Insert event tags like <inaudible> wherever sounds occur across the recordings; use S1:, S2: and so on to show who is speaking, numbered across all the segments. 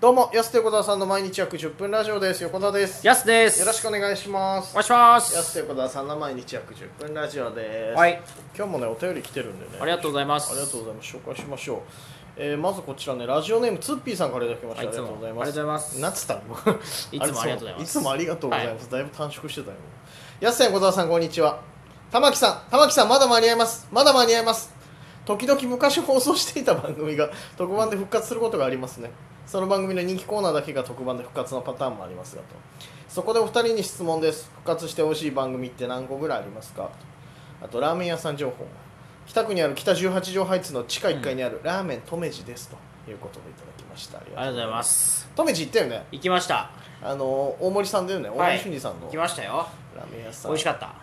S1: どうも、安手横澤さんの毎日約10分ラジオです。横澤です。よ
S2: やすです
S1: ろしくお願いしま
S2: お
S1: す
S2: 願。いします
S1: 安手横澤さんの毎日約10分ラジオです。
S2: はい。
S1: 今日もね、お便り来てるんでね。
S2: ありがとうございます
S1: ありがとうございます。紹介しましょう。えーまずこちらね、ラジオネームツッピーさんからいただきました。あ
S2: あ
S1: り
S2: い
S1: が
S2: つ
S1: と
S2: も
S1: うございます。
S2: ありがとうございます
S1: なつった今
S2: いつもありがとうご
S1: あれ
S2: ざいます
S1: そういつもありがとうございます。だいぶ短縮してたよ。安さん、小沢さん、こんにちは。玉木さん、玉木さん、まだ間に合います。まだ間に合います。時々昔放送していた番組が <laughs> 特番で復活することがありますね。その番組の人気コーナーだけが特番で復活のパターンもありますがと。そこでお二人に質問です。復活してほしい番組って何個ぐらいありますかあと、ラーメン屋さん情報。北区にある北18条ハイツの地下1階にあるラーメンとめじですということでいただきました。あり
S2: ありがとうございま。す
S1: とめじ行ったよね。
S2: 行きました
S1: あの大森さんだよね、大
S2: は
S1: 森
S2: い
S1: 俊二さんの
S2: 行き
S1: ラ
S2: ましたよ
S1: ーメン屋さん
S2: 美味しかった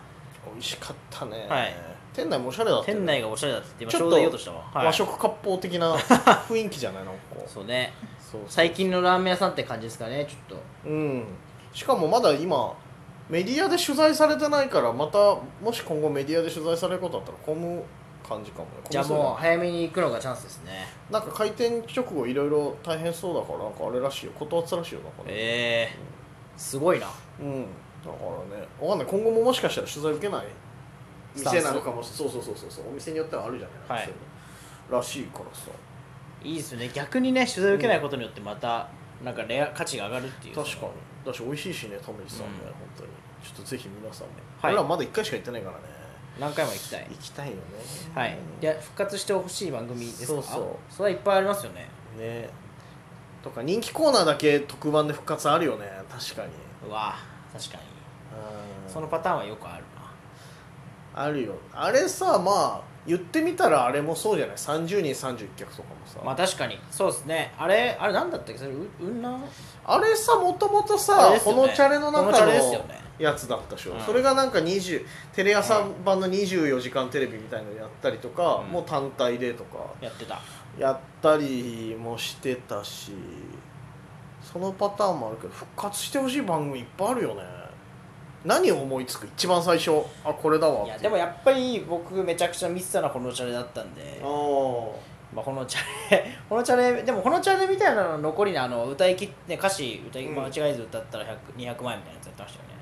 S1: 美味しかったね、
S2: はい
S1: 店内もおしゃれだったよ
S2: 店
S1: ね
S2: 内がおしゃれだって今
S1: ち
S2: ち
S1: ょっ
S2: ょう
S1: と
S2: ど言おうとしたわはい
S1: 和食割烹的
S2: <laughs>
S1: な雰囲気じゃないのこう
S2: そうね
S1: そう
S2: 最近のラーメン屋さんって感じですかねちょっと
S1: うんしかもまだ今メディアで取材されてないからまたもし今後メディアで取材されることあったら混む感じかもね
S2: じゃあ
S1: 混みそう
S2: もう早めに行くのがチャンスですね
S1: だななんか開店直後いろいろ大変そうだからなんかあれらしいよ断ってたらしいよなんかね
S2: ええすごいな
S1: うんだからねわかんない今後ももしかしたら取材受けない
S2: スタンス
S1: 店なのかもしそうそうそうそうそうお店によってはあるじゃない、
S2: はい
S1: そううのらしいからさ
S2: いいですね逆にね取材受けないことによってまたなんかレア価値が上がるっていう
S1: 確かに
S2: その
S1: だし美味しいしねタメジさんね、
S2: うん
S1: 本当にちょっとぜひ皆さんも、
S2: はい
S1: 俺らまだ1回しか行ってないからね
S2: 何回も行きたい
S1: 行きたいよね
S2: はいで復活してほしい番組ですか
S1: そうそう
S2: それはいっぱいありますよね
S1: ねとか人気コーナーだけ特番で復活あるよね確かに
S2: うわ確かに
S1: うん
S2: そのパターンはよくあるな
S1: あるよあれさまあ言ってみたらあれもそうじゃない30人31脚とかもさ、
S2: まあ確かにそうですねあれあれなんだったっけそれううんな
S1: あれさもともと
S2: あ
S1: さ、
S2: れです
S1: こ
S2: よね
S1: のチャレの
S2: こ
S1: 中
S2: のチャ
S1: の
S2: レですよね
S1: やつだったでしょ、
S2: うん
S1: それがなんか20テレ朝版の『24時間テレビ』みたいのやったりとか、
S2: うん
S1: もう単体でとか
S2: やってた
S1: やったりもしてたしそのパターンもあるけど復活してほしい番組いっぱいあるよね何を思いつく一番最初あこれだわ
S2: いや
S1: って
S2: でもやっぱり僕めちゃくちゃミスったのはこのチャレだったんで
S1: あー
S2: まあこのチャレ <laughs> このチャレでもこのチャレみたいなの残りのあの歌いきって歌詞歌い
S1: うん
S2: 間違えず歌ったら100 200万円みたいなやつやってましたよね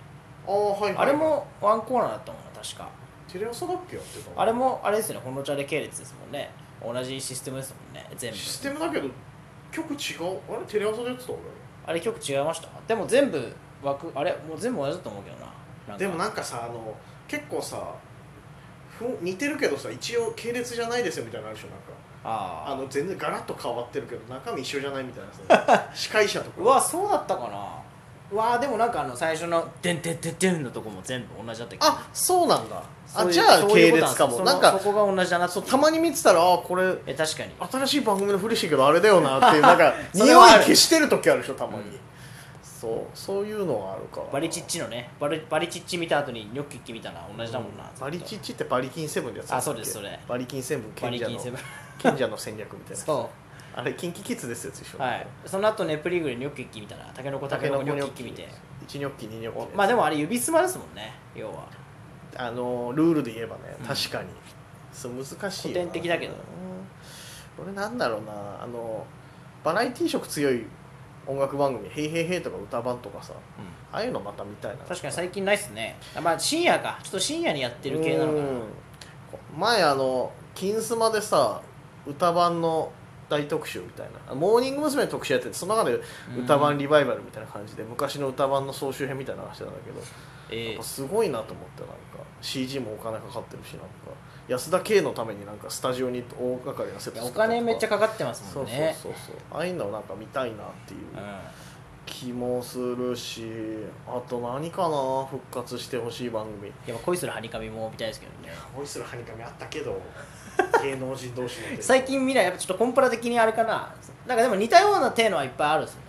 S1: あーはいはい
S2: あれもワンコーナーだったもんな確か
S1: テレ朝だっけやってたの
S2: あれもあれですよねこのチャレ系列ですもんね同じシステムですもんね全部
S1: システムだけど曲違うあれテレ朝でやってた俺
S2: あれ曲違いましたでも全部枠あれもう全部同じだと思うけどななんか
S1: でもなんかさあの結構さふん似てるけどさ一応系列じゃないですよみたいなのあるでしょなんか
S2: あ
S1: あの全然ガラッと変わってるけど中身一緒じゃないみたいな
S2: <laughs>
S1: さ司会者とか
S2: うわそうだったかなうわでもなんかあの最初の「でんてんてんてん」のとこも全部同じだったけど
S1: あそうなんだ
S2: そうい
S1: あ
S2: う
S1: じゃあ
S2: そうい
S1: 系
S2: うこと
S1: 列かも
S2: その
S1: なんか
S2: そこが同じだな
S1: そ
S2: そう
S1: たまに見てたらあこれ
S2: え確かに
S1: 新しい番組のふりしてるけどあれだよ
S2: <laughs>
S1: なっていうなんか匂
S2: そ
S1: い
S2: れはある
S1: 消してる時あるでしょたまに、
S2: うん
S1: そうそういうのはあるから
S2: バリチッチのねバリバリチッチ見た後にニョッキッキ見たら同じだもんな、
S1: バリチッチってバリキンセブンのやつだっけ
S2: あそうですそれ
S1: バリキンセブン
S2: バ
S1: 賢
S2: リキ
S1: 者
S2: ン
S1: の
S2: セブン <laughs>
S1: 賢者の戦略みたいな
S2: そ
S1: あれキンキキッズですよ一緒
S2: うはいその後ネプリーグでニョッキッキ見たらタケノコタケノコニョッキッキ見て
S1: 1ニョッキ2ニョッキ
S2: まあでもあれ指すまですもんね要は
S1: あのルールで言えばね
S2: うん
S1: 確かに、そう難しいよな
S2: 古典的だけど
S1: うん俺なんだろうなあのバラエティー色強い音楽番組「ヘイヘイヘイ」とか歌番とかさ
S2: うん
S1: ああいうのまた見たいな
S2: 確かに最近ないっすねあまあ深夜かちょっと深夜にやってる系なのか
S1: う
S2: なん
S1: 前あの「金スマ」でさ歌番の大特集みたいなあモーニング娘。の特集やっててその中で歌番リバイバルみたいな感じで昔の歌番の総集編みたいなの話してたんだけどや
S2: え
S1: っ
S2: え
S1: ぱすごいなと思ってなんか CG もお金かかってるしなんか安田圭のためになんかスタジオに大掛かりなセッ
S2: い
S1: ト
S2: や
S1: 作
S2: お
S1: ったとか
S2: 金めっちゃかかってます
S1: そ
S2: も
S1: うん
S2: ね
S1: そうそうそうああいうのなんか見たいなっていう
S2: うん
S1: 気もするしあと何かな復活してほしい番組
S2: やっぱ恋するハニカミも見たいですけどね
S1: 恋するハニカミあったけ
S2: <laughs>
S1: ど芸能人同士の
S2: 最近見ないやっぱちょっとコンプラ的にあれかななんかでも似たようなテーマはいっぱいあるんですよね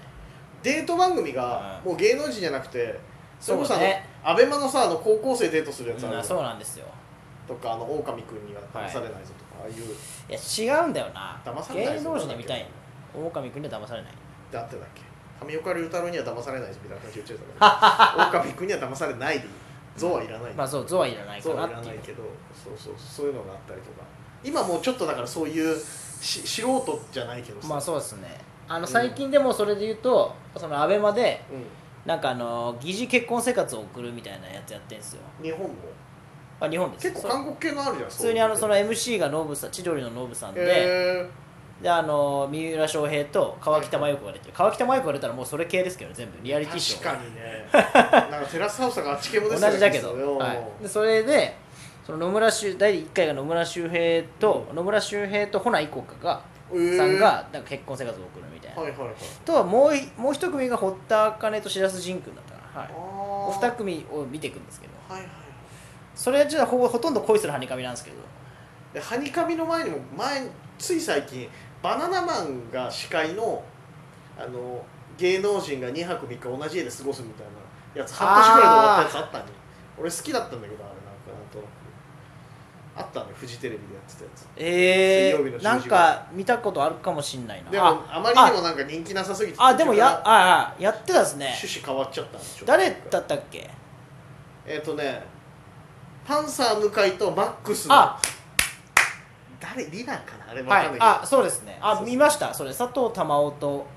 S1: デート番組が
S2: うん
S1: もう芸能人じゃなくてそれこそあ
S2: そう
S1: の、
S2: ね
S1: アベマのさあの高校生デートするやつある
S2: うん
S1: じゃ
S2: あ
S1: ん
S2: そうなんですよ
S1: とかあの狼くんには騙されないぞとか、ああいう
S2: いや違うんだよな
S1: 騙されない
S2: 芸
S1: ぞ
S2: 能人で見たいの狼くんには騙されない
S1: だってだっけ上岡龍太郎には騙されないしみたいな感じで言っちゃった
S2: <laughs>
S1: から狼君には騙されないでいい象はいらない、
S2: まあそうゾウはいらない
S1: 象
S2: か
S1: は
S2: ない
S1: ら
S2: って
S1: ないいうけどそうそうそういうのがあったりとか今もうちょっとだからそういうし素人じゃないけどさ、
S2: まあそうですねあの最近でもそれで言うと、そのアベマで
S1: う
S2: なんかあの疑似結婚生活を送るみたいなやつやってんですよ、
S1: ん、日本も
S2: まあ、日本です
S1: 結構韓国系のあるじゃん
S2: 普通にあのそ
S1: れ
S2: の MC がノブさん千鳥のノブさんで、
S1: え
S2: であの三浦翔平と川北麻友子が出てる川北麻友子が出たらもうそれ系ですけど全部リアリティショ
S1: ー、確
S2: ー
S1: かにねなんかテラスハウスがあっち系も
S2: <laughs> 同
S1: です
S2: じだけど、
S1: うん
S2: はい、でそれでその野村周第1回が野村周平と、野村周平とホナイコカが、
S1: えー
S2: さんがなんか結婚生活を送るみたいな、
S1: はいはいはい
S2: とはもういもう一組が堀田茜と白洲迅君だったかな、はい、お
S1: お
S2: 二組を見ていくんですけど
S1: はいはい
S2: それじゃほぼほとんど恋するはにかみなんですけど
S1: でハニカミの前にも前つい最近バナナマンが司会のあの芸能人が2泊3日同じ家で過ごすみたいなやつ半年ぐらいで終わったやつあったね俺好きだったんだけどあれなんかなんとなくあったねフジテレビでやってたやつ
S2: え
S1: 水曜日の10
S2: ー、
S1: 時
S2: なんか見たことあるかもしんないな
S1: でも
S2: あ
S1: あまりにもなんか人気なさすぎて
S2: あでもや
S1: 途中か
S2: ああやってたです
S1: ら
S2: ね
S1: 趣旨変わっちゃったんでしょ
S2: 誰だったっけ
S1: えっ、とねパンサー向井とマックスの
S2: あ
S1: 誰リナかなあれわかん
S2: は
S1: ない
S2: い
S1: けど、
S2: あそうですね
S1: そ
S2: あ
S1: うそう
S2: 見ましたそれ佐藤珠緒と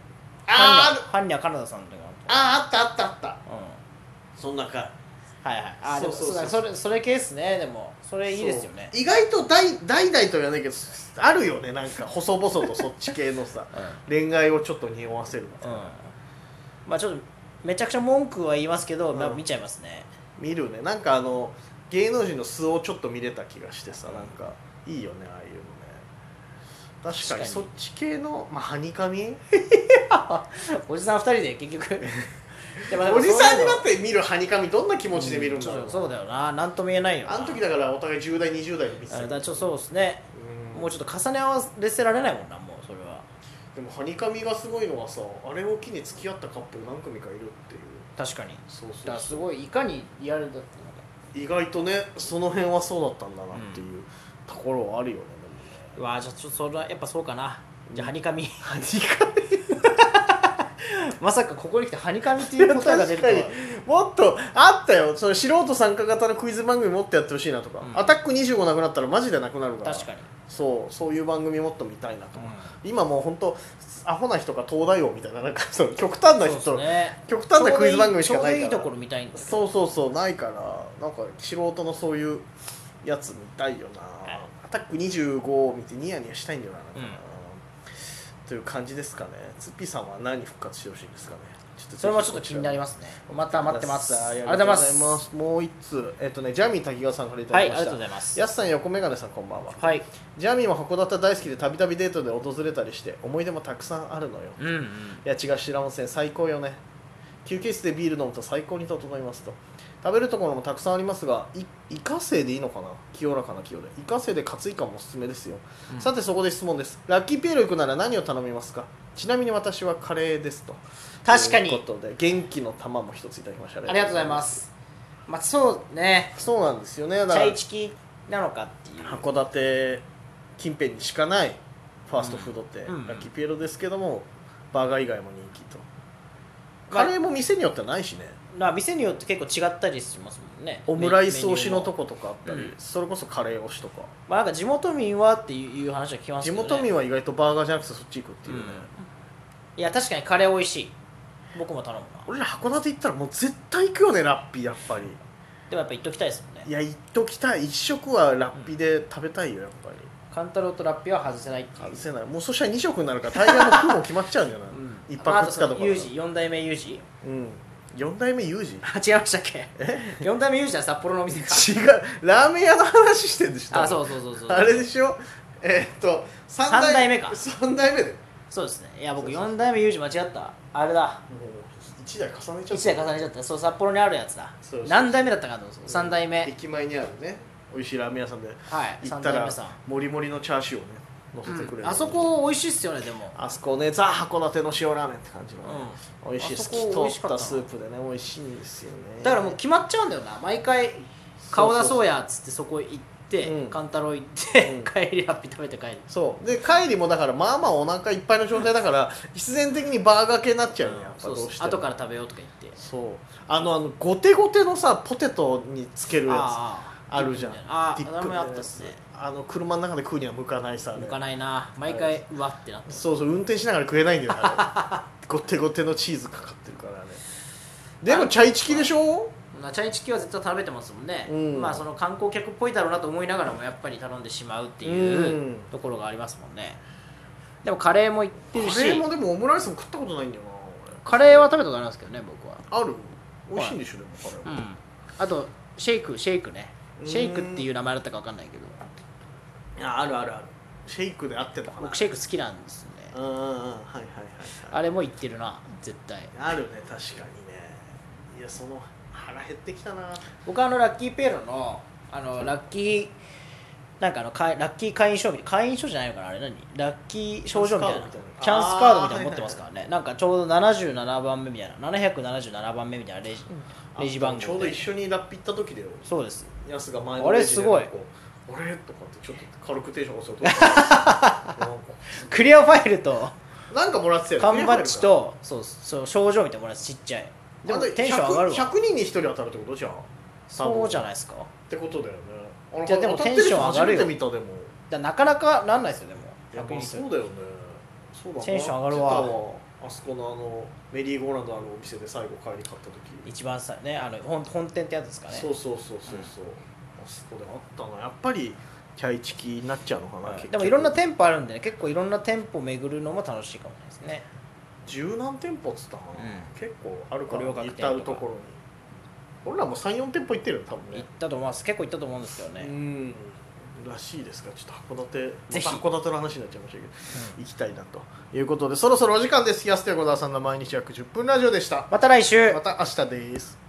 S1: あーある
S2: ハンニャカナダさんとか
S1: あーあったあったあった
S2: うん
S1: そんな回
S2: はいはいあでも
S1: そう
S2: そ
S1: そうう
S2: だ
S1: そう
S2: ねそれそれ系ですねでもそれいいですよね
S1: そう意外と代代々とは言わないけどあるよねなんか細々とそっち系の
S2: <laughs>
S1: さ恋愛をちょっと匂わせるみた
S2: う
S1: い
S2: ん、
S1: な、
S2: まあちょっとめちゃくちゃ文句は言いますけど、まあ
S1: うん
S2: 見ちゃいますね
S1: 見るねなんかあの芸能人の素をちょっと見れた気がしてさなんかいいよねああいうのね確か
S2: 確か
S1: に
S2: に
S1: そっち系のまあはにかみ
S2: おじさん二人で結
S1: <laughs>
S2: 局でもでも
S1: おじさんにな
S2: そう
S1: って見るはにかみどんな気持ちで見
S2: いうの
S1: るんだろう,、
S2: そうそうだよな何とも言えないよな
S1: あの時だからお互い10代20代の見て
S2: あ
S1: た
S2: れ
S1: よ
S2: だちょっとそうですね、
S1: うん
S2: もうちょっと重ね合わせられないもんなもうそれは
S1: でもはにかみがすごいのはさあれを機に付き合ったカップル何組かいるっていう
S2: 確かに
S1: そう
S2: だ
S1: そ
S2: か
S1: う
S2: ら
S1: そ
S2: す
S1: う
S2: ごいいかにリアルだったのか
S1: 意外とねその辺はそうだったんだなっていうところはあるよね、
S2: うわじゃあちょっとそれはやっぱそうかなじゃ
S1: う
S2: あはにかみ
S1: はにかみ
S2: <laughs> まさかここに来てはにかみっていう答えが出るとは
S1: 確かもっとあったよその素人参加型のクイズ番組もっとやってほしいなとか、
S2: うん
S1: アタック25なくなったらマジでなくなるから
S2: 確かに、
S1: そうそういう番組もっと見たいなとか、今もう本当アホな人か東大王みたいななんかその極端な人
S2: そうですね
S1: 極端なクイズ番組しかないから
S2: ちょうどいいところ見たいんです
S1: そうそうそうないからなんか素人のそういうやつ見たいよな、
S2: い
S1: アタック25を見てニヤニヤしたいんだよななんかな、
S2: うん
S1: という感じですかねツッピーさんは何復活してほしいんですかねちょっと
S2: それもちょっと気になり
S1: ま
S2: ますねまた待ってますあ
S1: あり
S2: り
S1: が
S2: が
S1: とうご
S2: とうご
S1: ざ
S2: ざ
S1: い
S2: い
S1: ま
S2: ます
S1: すもう一つえっ、とねジャミー滝川さんからいた
S2: は
S1: だ
S2: い
S1: き
S2: あ
S1: まし
S2: りが
S1: た
S2: とうございます
S1: やすさん横眼鏡さんこんばんは
S2: はい
S1: ジャミーも函館大好きでたびたびデートで訪れたりして思い出もたくさんあるのよ
S2: うんうん
S1: いや違う白温泉最高よね休憩室でビール飲むと最高に整いますと食べるところもたくさんありますがいイカ生でいいのかな清らかな清でイカ生でカツイカもおすすめですよ、
S2: うん
S1: さてそこで質問ですラッキーピエロ行くなら何を頼みますかちなみに私はカレーですと
S2: 確か
S1: という
S2: に
S1: ことで元気の玉も一ついただきました
S2: ありがとうございますまあそうね
S1: そうなんですよねだ
S2: チ
S1: か
S2: ャイ
S1: ら
S2: チキなのかっていう
S1: 函館近辺にしかないファーストフードって、
S2: うんうん
S1: ラッキーピエロですけどもバーガー以外も人気と
S2: まあ
S1: カレーも店によってはないしね、
S2: まあ店によって結構違ったりしますもんね
S1: オムライス推しのとことかあったり、
S2: うん
S1: それこそカレー推しとか、
S2: まあなんか地元民はっていう話は聞きます
S1: 地
S2: けど、ね、
S1: 元民は意外とバーガーじゃなくてそっち行くっていうね、
S2: いや確かにカレー美味しい僕も頼むな
S1: 俺ら函館行ったらもう絶対行くよねラッピーやっぱり
S2: でもやっぱ言っときたいですもん
S1: い
S2: ね
S1: や行っときたい一食はラッピーで食べたいよやっぱり
S2: カンタロウとラッピーは外せないっていう
S1: 外せないもうそしたら2食になるから大概の食うも決まっちゃうんじゃない、
S2: うん
S1: 一
S2: まああ
S1: 泊二
S2: と
S1: 日
S2: そ
S1: と
S2: の
S1: かだ
S2: ユージ4代目ユージ
S1: うん4代目ユージ
S2: あ違いましたっけ4代目ユージは札幌のお店か
S1: 違うラーメン屋の話してんでしょ
S2: あそううそうそうそう
S1: あれでしょえーっと3
S2: 三代目か
S1: 3代目でも
S2: そうですねいや僕
S1: そうそう
S2: 4代目ユージ間違ったあれだ
S1: う1台重ねちゃった
S2: 1代重ねちゃったそう札幌にあるやつだ
S1: そうそう
S2: 何代目だったかと思う3代目
S1: 駅前にあるね美味しいラーメン屋さんで
S2: はい
S1: 行っ
S2: 3
S1: た
S2: 代
S1: ら
S2: 目さん
S1: もりもりのチャーシューをね乗せてくれる、
S2: うんあそこ美味しいっすよねでも
S1: あそこねザ函館の塩ラーメンって感じのね、
S2: うん
S1: 美味しい
S2: あそこ
S1: 透き通っ
S2: 美
S1: た
S2: 味し
S1: ス
S2: かった
S1: ー
S2: な
S1: プでね美味しいんですよね
S2: だからもう決まっちゃうんだよな毎回顔出そうやっつってそこ行って
S1: うん
S2: 勘太郎行って、
S1: うん
S2: 帰りハッピー食べて帰る
S1: そうで帰りもだからまあまあお腹いっぱいの状態だから必然的にバーガー系になっちゃうねやっぱど
S2: そう
S1: うして
S2: そう
S1: も
S2: 後から食べようとか言って
S1: そうあのあのゴテゴテのさポテトにつけるや
S2: あ
S1: あるじゃん
S2: あ
S1: ティッ
S2: あ
S1: クみ
S2: れも
S1: た
S2: あ
S1: いな
S2: った
S1: や
S2: っ
S1: つ
S2: すね
S1: あの車の中で食うには向かないさ
S2: 抜かないな毎回うわってなって
S1: そうそう運転しながら食えないんだよねあ
S2: <laughs>
S1: れごってごてのチーズかかってるからねでもチャイチキでしょ
S2: まあチャイチキは絶対食べてますもんね、
S1: うん
S2: まあその観光客っぽいだろうなと思いながらもやっぱり頼んでしまうって
S1: う
S2: い
S1: ん
S2: うところがありますもんねでもカレーも行ってるし
S1: カ
S2: カ
S1: レ
S2: レ
S1: ー
S2: ー
S1: もでもオムライスも食ったことないんだよな
S2: は食べたことありますけどね僕は
S1: 俺ある美味しいんでしょでもカレー
S2: う
S1: は
S2: んあとシェイクシェイクねシェイクっていう名前だったか分かんないけど
S1: いやあるあるあるシェイクで合ってたかな
S2: 僕シェイク好きなんですよね
S1: うんうんうんはいはいはいはい
S2: あれも行ってるな絶対
S1: あるね確かにねいやその腹減ってきたな
S2: 僕はあのラッキーペーロのあのラッキーなんかあのかラッキー会員証みたい会員証じゃないのかなあれ何ラッキー症状みたいな
S1: チ
S2: チ
S1: ャ
S2: ャ
S1: ン
S2: ン
S1: ス
S2: ス
S1: カ
S2: カ
S1: ード
S2: ード
S1: み
S2: み
S1: たいなの持っま
S2: たいなの持っててますす
S1: か
S2: からねなんかちょうど77番目みたいな777番目みたいなレジレジ番号で
S1: ちょうど一緒にラッピ行った時だよ
S2: そうです
S1: ヤスが前
S2: あれすごい
S1: こうあれとかってちょっと軽くテンション押そうと思ったなんか
S2: <laughs> クリアファイルと
S1: なんかもらってたよ
S2: 缶バッジとそうそう症状みたいなのもらってちっちゃいでも
S1: あと
S2: テンション上がる
S1: 100,
S2: わ
S1: 100人に1人当たるってことじゃんっ
S2: そうじゃないですか
S1: てことだよねあれ
S2: いやでも
S1: 当たって人
S2: テンション上がる
S1: 初め
S2: よ
S1: て見たでも
S2: だなかなかなんないですよでも
S1: いや
S2: 100
S1: まあ
S2: 人
S1: そうだよねそうだな
S2: テンション上がるわ
S1: 買ってたあそこのあのメリーゴーランドのあるお店で最後帰り買った時
S2: 一番さねあの本本店ってやつですかね
S1: そうそうそうそうそう、あそこであったなやっぱりキャイチキになっちゃうのかな、
S2: はい
S1: 結局
S2: でもいろんな店舗あるんでね結構いろんな店舗巡るのも楽しいかもしれないですね
S1: 十何店舗っつったかな、
S2: うん
S1: 結構あるから
S2: 五稜郭店と
S1: 至
S2: か
S1: るところに俺らも34店舗行ってるよ多分
S2: 行
S1: ね
S2: ったと思います結構行ったと思うんですけどね、
S1: うんらしいですからちょっと函館
S2: ぜひ
S1: また函館の話になっちゃいましたけど行きたいなということでそろそろお時間です安手小沢さんの毎日約10分ラジオでした
S2: また来週
S1: また明日です